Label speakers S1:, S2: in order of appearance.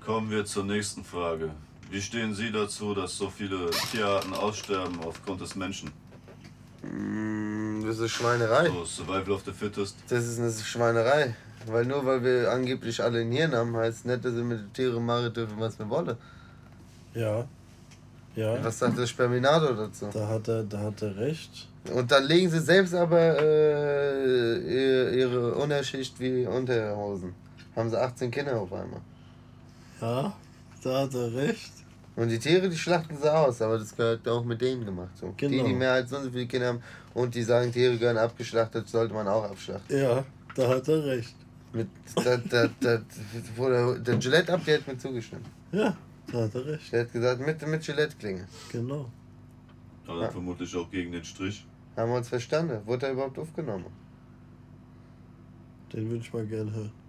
S1: Kommen wir zur nächsten Frage. Wie stehen Sie dazu, dass so viele Tierarten aussterben aufgrund des Menschen?
S2: Mm, Das ist Schweinerei.
S1: So, Survival of the Fittest.
S2: Das ist eine Schweinerei. Weil nur weil wir angeblich alle einen Hirn haben, heißt nicht, dass wir mit den Tieren machen dürfen, was wir wollen.
S3: Ja. Ja.
S2: Was sagt der Sperminator dazu?
S3: Da hat er, da hat er recht.
S2: Und dann legen sie selbst aber äh, ihr- ihre Unterschicht wie Unterhosen. Haben sie 18 Kinder auf einmal.
S3: Ja, da hat er recht.
S2: Und die Tiere, die schlachten sie aus, aber das gehört auch mit denen gemacht. So.
S3: Genau.
S2: Die, die mehr als sonst viele Kinder haben und die sagen, Tiere gehören abgeschlachtet, sollte man auch abschlachten.
S3: Ja, da hat er recht.
S2: Mit, da, da, da, wo der, der Gillette ab, der hat mir zugestimmt.
S3: Ja, da hat er recht.
S2: Der hat gesagt, mit, mit Gillette-Klinge.
S3: Genau.
S1: Aber dann vermutlich auch gegen den Strich.
S2: Haben wir uns verstanden? Wurde er überhaupt aufgenommen?
S3: Den würde ich mal gerne hören.